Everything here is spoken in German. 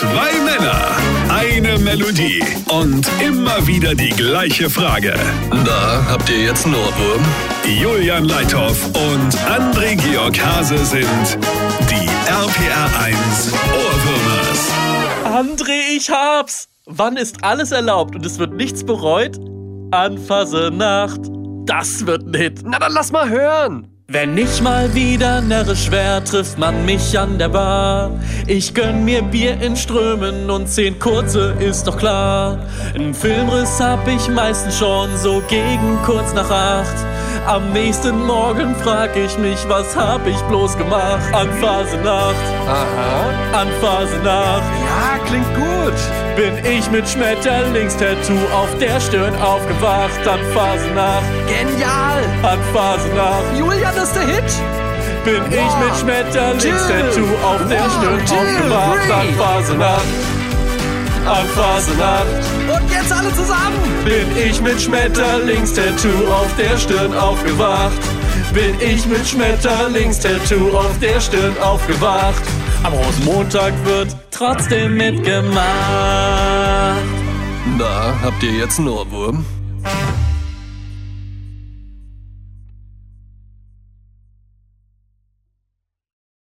Drei Männer, eine Melodie und immer wieder die gleiche Frage. Da habt ihr jetzt einen Ohrwurm. Julian Leithoff und André Georg Hase sind die RPR 1 Ohrwürmers. André, ich hab's! Wann ist alles erlaubt und es wird nichts bereut? Anfasse Nacht. Das wird ein Hit. Na dann lass mal hören. Wenn ich mal wieder närrisch wär, trifft man mich an der Bar. Ich gönn mir Bier in Strömen und zehn kurze, ist doch klar. Ein Filmriss hab ich meistens schon, so gegen kurz nach acht. Am nächsten Morgen frag ich mich, was hab ich bloß gemacht? An Phasenacht, Aha. an Phasenacht. Ja, klingt gut. bin ich mit Schmetterlingstattoo auf der Stirn aufgewacht. An Phasenacht, Genial. an Phasenacht Julian ist der Hit. bin ich mit Schmetterlingstattoo auf der One, Stirn two, aufgewacht. three. An Phasenacht, an Phasenacht Und jetzt alle zusammen. bin ich mit Schmetterlingstattoo auf der Stirn aufgewacht. Bin ich mit Schmetterlingstattoo auf der Stirn aufgewacht. Am Rosenmontag wird trotzdem mitgemacht. Da habt ihr jetzt einen Ohrwurm.